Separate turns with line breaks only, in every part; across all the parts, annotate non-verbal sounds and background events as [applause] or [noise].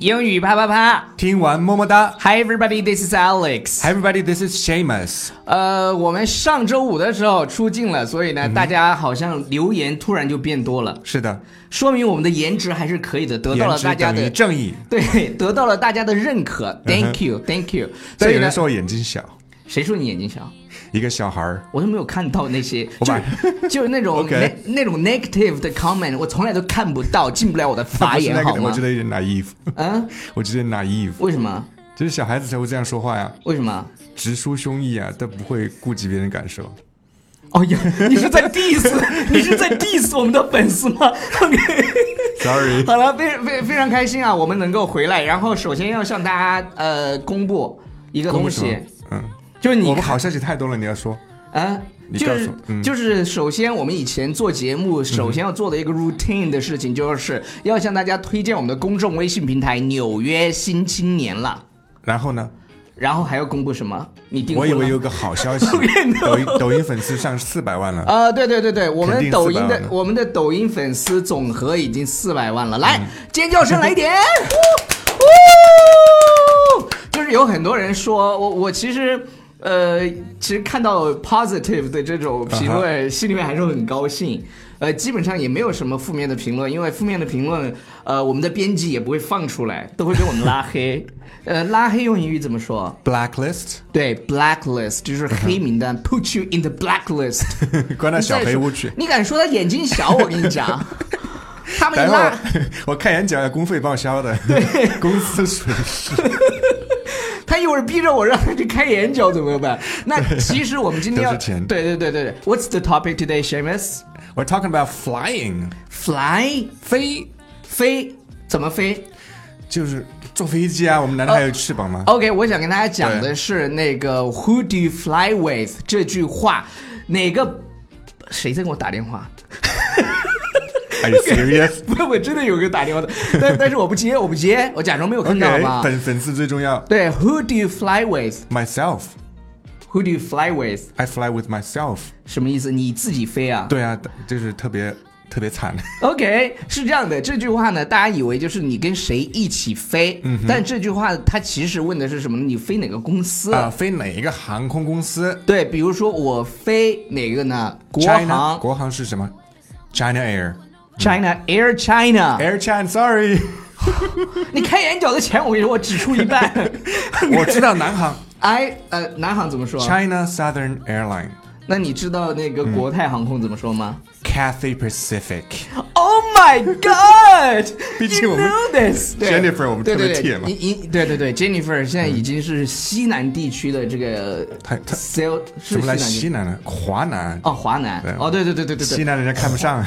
英语啪啪啪
听完么么哒。
！Hi everybody, this is Alex.
Hi everybody, this is Shamus。
呃，我们上周五的时候出镜了，所以
嗯
呢，大家好像留言突然就变多了，
是的，
说明我们的颜值还是可以的，得到
颜
了
值
大家
等于
的
正义。
[laughs] 对，得到了大家的认可。Thank you, thank you。所
但
以
有
呢
人，说我眼睛小，
谁说你眼睛小？
一个小孩儿。
我都没有看到那
[laughs]
些，
我把
就就是那种
OK
那那种 negative 的 comment，我从来都看不到，进不了我的法
[laughs] 不是
眼，
那
好
个，我
吗
觉？得有点 naive， [laughs]
嗯，
我觉得 naive，
为什么？
就是小孩子才会这样说话呀，
为什么？
直抒胸臆啊，但不会顾及别人感受。
哦呀，你是在 diss，你 [laughs] 是在 diss 我们的粉丝吗？OK。
[laughs] Sorry，
好了，非非非常开心啊，我们能够回来。然后首先要向大家呃公布一个
公布
东
什么
西，？
嗯，
就是你
我们好消息太多了，你要说
啊，
你
就
告
是
诉嗯
就是首先我们以前做节目，首先要做的一个 routine 的事情，就是要向大家推荐我们的公众微信平台《纽约新青年》了。
然后呢？
然后还要公布什么？你订
我
婚
以为
了
有个
[laughs]
好消息，抖音抖音粉丝上四百万了，
呃，对对对对，我
肯
们
定
抖
400
音
万
的
了
我们的抖音粉丝总和已经四百万了，
嗯
来，尖叫声来一
[laughs]
点！呜呜就是有很多人说我我其实。呃，其实看到 positive 的这种评论心里面还是很高兴。呃，基本上也没有什么负面的评论，因为负面的评论，呃，我们的编辑也不会放出来，都会给我们拉黑。呃，拉黑用英语怎么说？
blacklist，
对，blacklist 就是黑名单、p u t you in the blacklist。
关到小黑屋去。
你敢说他眼睛小？我跟你
[laughs]
讲，他们
然
拉
后 [laughs] 我看演讲要公费报销的， [laughs] 公司损失。
他一会儿逼着我让他去开眼角怎么办？那其实我们今天要
[laughs] 都是钱
对对对对对，What's the topic today, Shamus?
We're talking about flying，
Fly
飞
飞怎么飞
就是坐飞机啊，我们难道还有翅膀吗？
？OK，我想跟大家讲的是那个 Who do you fly with 这句话，哪个谁在给我打电话？ [laughs]
Are you serious？
不，我真的有个打电话的，但但是我不接， [laughs] 我不接，我假装没有看到好
OK，
吗
粉粉丝最重要。
对，Who do you fly with?
Myself,
Who do you fly with?
I fly with myself。
什么意思？你自己飞啊？
对啊，就是特别特别惨。
OK，是这样的，这句话呢，大家以为就是你跟谁一起飞，
嗯
但这句话它其实问的是什么呢？你飞哪个公司？
啊，飞哪一个航空公司
对，比如说我飞哪个呢？国
？China，
航、
国航是什么？China Air。
China Air China。[laughs]
Air China，Sorry，
你开眼角的钱，我跟你说，我只出一半。
[laughs] 我知道南航
[laughs] I 呃，南航怎么说？
China Southern Airline，Cathay
那你知道那个国泰航空怎么说吗、
Pacific。
o h Oh my God！
[laughs] 毕竟我们
You know this，对
[laughs] Jennifer，我们
对对对
特别铁嘛
你你对对对，Jennifer 现在已经是西南地区的这个
他他
sale 是
什么来
地区
西南呢？华南。
哦，华南
对
哦，对对对对对
西
对，
南人家看不上，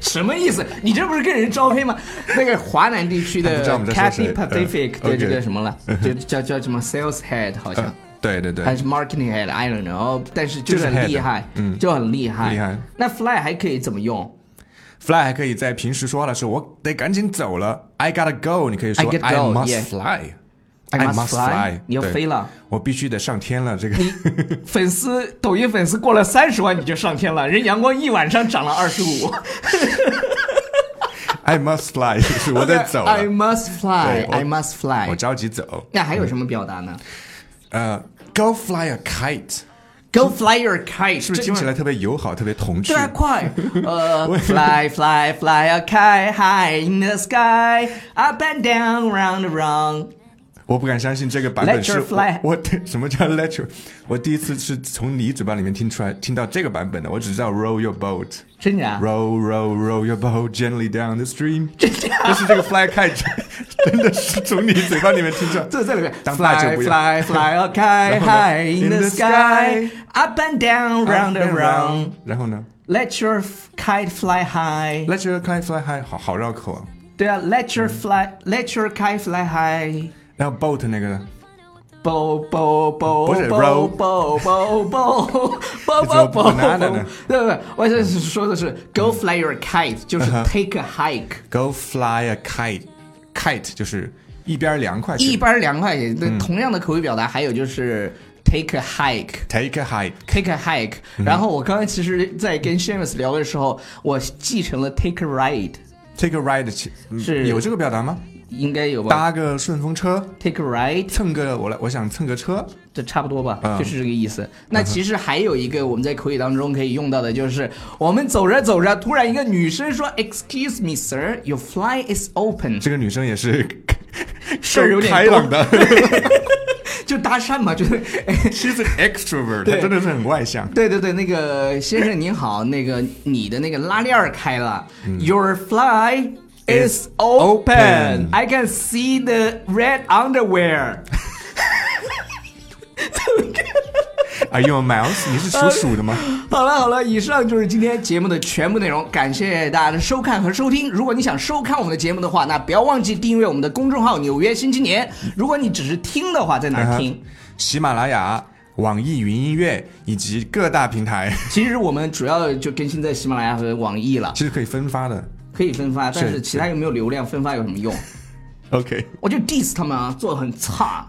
什么意思？你这不是跟人招
[laughs]
黑吗？那个华南地区
他
的
[laughs] 不知道我们在
c a
说
t h
谁
y Pacific
呃
的这个
OK
什
[laughs]
么了，就叫叫什么 sales head 好像
呃。 [laughs] 对对对
还，是 marketing head，I don't know，但是就是
就
很
是 head，
厉害，
嗯
就很厉害。
厉害。
那 fly 还可以怎么用
fly 还可以在平时说话的时候，我得赶紧走了，I gotta go，你可以说
I gotta
I
go，
must
yeah
fly。
你要
对
飞了。
我必须得上天了。这个
粉丝抖音粉丝过了三十万你就上天了，人阳光一晚上涨了二十五。
[laughs] I must fly，就是 [laughs] 我得走
I
了，
must
对
fly,
我
I must
我
fly。
着急走。
那还有什么表达呢
呃，Go fly a kite，
？Go fly your kite，
是不是听起来特别友好，特别童趣
对？啊，
[laughs]
快！呃，fly fly fly a kite high in the sky, up and down, round and round。
我不敢相信这个版
Let
本是
your fly-
我我 [laughs] 什么叫 let your？我第一次是从你嘴巴里面听出来听到这个版本的，我只知道 row your boat。
真假？
Row, row, row your boat gently down the stream。就是
[laughs]
这个 fly kite，真的是从你嘴巴里面听出来。
这在里面
当大
，fly
就不要。
fly fly a kite
[laughs] 然后呢
high in
in
the
the
sky, up and down, round and round。
然后呢
Let your kite fly high。
？Let your kite fly high，好好绕口啊。
对啊，Let your fly, let your kite fly high。
然后 boat 那个呢？
bo bo bo
不是
bo
row
bo bo bo
[laughs]
bo
It's a
bo bo
banana 呢
对不对？我想说的是 go fly your kite，就是
嗯
take a hike，
Go fly a kite。Kite 就是一边凉快去。嗯
一般凉快也。对，同样的口语表达还有就是 take a hike。
Take a hike，
Take a hike，、然
嗯
后我刚才其实，在跟 Shamus 聊的时候，我继承了 Take a ride，
take a ride 起嗯
是
有这个表达吗？
应该有吧
搭个顺风车，
？Take a ride，
蹭个我来，我想蹭个车。
这差不多吧，
嗯
就是这个意思。那其实还有一个我们在口语当中可以用到的，就是我们走着走着，突然一个女生说：“Excuse me, sir, your fly is open。
这个女生也是
事儿有点
开
多
朗的
就搭讪嘛，就是。
[laughs]
[laughs]
，She's an extrovert，
对
她真的是很外向。
对对对，那个先生您好，那个你的那个拉链儿开了、y o u r fly is
嗯 Is
open.
open.
I can see the red underwear.
Are you a mouse？你是
呃
属鼠的吗？
好了好了，以上就是今天节目的全部内容，感谢大家的收看和收听。如果你想收看我们的节目的话，那不要忘记订阅我们的公众号《纽约新青年》。如果你只是听的话，在哪
啊
儿听？
喜马拉雅、网易云音乐以及各大平台， [laughs]
其实我们主要就更新在喜马拉雅和网易了，
其实可以分发的。
可以分发，但
是
是其他有没有流量，分发有什么用？
OK，
我就 diss 他们啊，做的很差。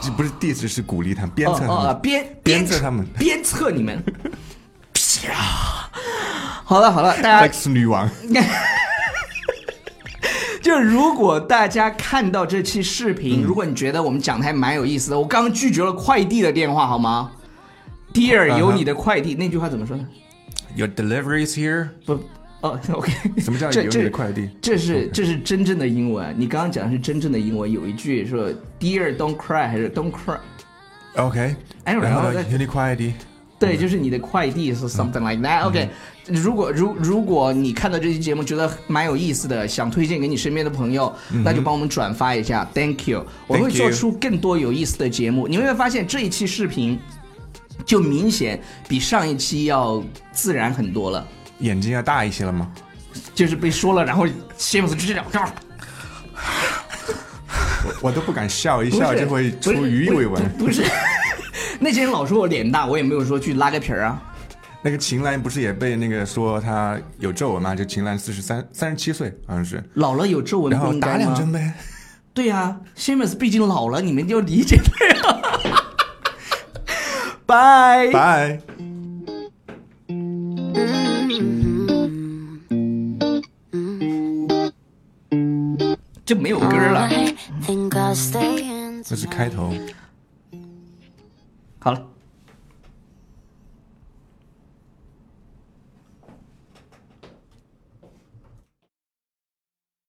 这不是 diss，是鼓励他们，鞭
哦
策他
哦，
们。
哦鞭
鞭策他们
鞭策你们。 [laughs] 啪！好了好了，大家
Flex 女王，
就如果大家看到这期视
嗯
频，如果你觉得我们讲的还蛮有意思的，我刚刚拒绝了快递的电话，好吗
嗯
？Dear，
哼
有你的快递，那句话怎么说呢？
Your delivery is here。
不，哦，OK， [laughs]
什么叫
这
有
这
你的快递？
这是这是真正的英文，你刚刚讲的是真正的英文，有一句说 Dear don't cry 还是 Don't cry，
OK，
哎
然
然
后
后再
u n i q u i t y
对，
嗯
就是你的快递是 something like that。OK，、如果如如果你看到这期节目觉得蛮有意思的，想推荐给你身边的朋友，那就帮我们转发一下，Thank you。我们会
嗯 Thank
做
you
出更多有意思的节目。你会发现这一期视频就明显比上一期要自然很多了，
眼睛要大一些
[laughs]
了吗？
就是被说了，然后詹姆斯直接讲，
我我都不敢笑，一
不
笑
是
就会出鱼尾纹。
不是。不 [laughs] 是那些人老说我脸大，我也没有说去拉个皮儿啊。
[laughs] 那个秦岚不是也被那个说她有皱纹吗？就秦岚四十三三十七岁，好像是，
老了有皱纹
然
不
后
应该吗？
打两针呗。
对呀、啊、，Shamus 毕竟老了，你们就理解他呀。 [laughs] 拜。
拜。
就没有歌了。
I think I'll stay in
这是开头。
好了。